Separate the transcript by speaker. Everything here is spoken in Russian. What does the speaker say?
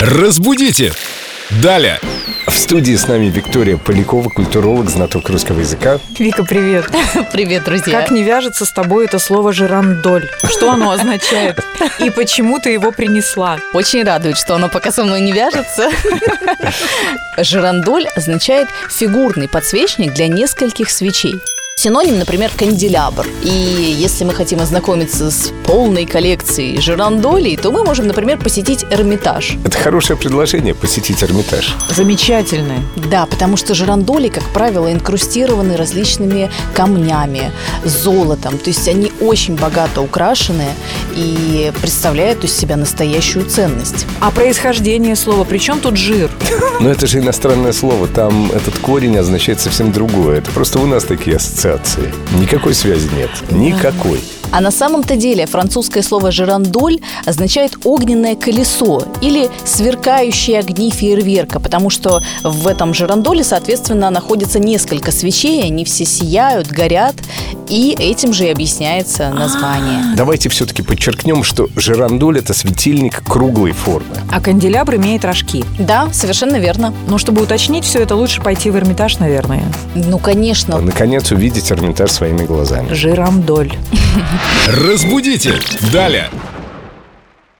Speaker 1: Разбудите! Далее!
Speaker 2: В студии с нами Виктория Полякова, культуролог, знаток русского языка.
Speaker 3: Вика, привет.
Speaker 4: Привет, друзья.
Speaker 3: Как не вяжется с тобой это слово «жирандоль»? Что оно означает? И почему ты его принесла?
Speaker 4: Очень радует, что оно пока со мной не вяжется. Жирандоль означает фигурный подсвечник для нескольких свечей. Синоним, например, канделябр. И если мы хотим ознакомиться с полной коллекцией жирандолей, то мы можем, например, посетить Эрмитаж.
Speaker 2: Это хорошее предложение посетить Эрмитаж.
Speaker 3: Замечательное.
Speaker 4: Да, потому что жирандоли, как правило, инкрустированы различными камнями, золотом. То есть они очень богато украшены и представляют из себя настоящую ценность.
Speaker 3: А происхождение слова? Причем тут жир?
Speaker 2: Но это же иностранное слово. Там этот корень означает совсем другое. Это просто у нас такие ассоциации. Никакой связи нет. Никакой.
Speaker 4: А на самом-то деле французское слово «жерандоль» означает «огненное колесо» или «сверкающие огни фейерверка», потому что в этом жерандоле, соответственно, находится несколько свечей, они все сияют, горят, и этим же и объясняется название.
Speaker 2: Давайте все-таки подчеркнем, что жирандоль – это светильник круглой формы.
Speaker 3: А канделябр имеет рожки.
Speaker 4: Да, совершенно верно.
Speaker 3: Но чтобы уточнить все это, лучше пойти в Эрмитаж, наверное.
Speaker 4: Ну, конечно.
Speaker 2: Наконец увидеть Эрмитаж своими глазами.
Speaker 3: Жирандоль.
Speaker 1: Разбудите! Далее!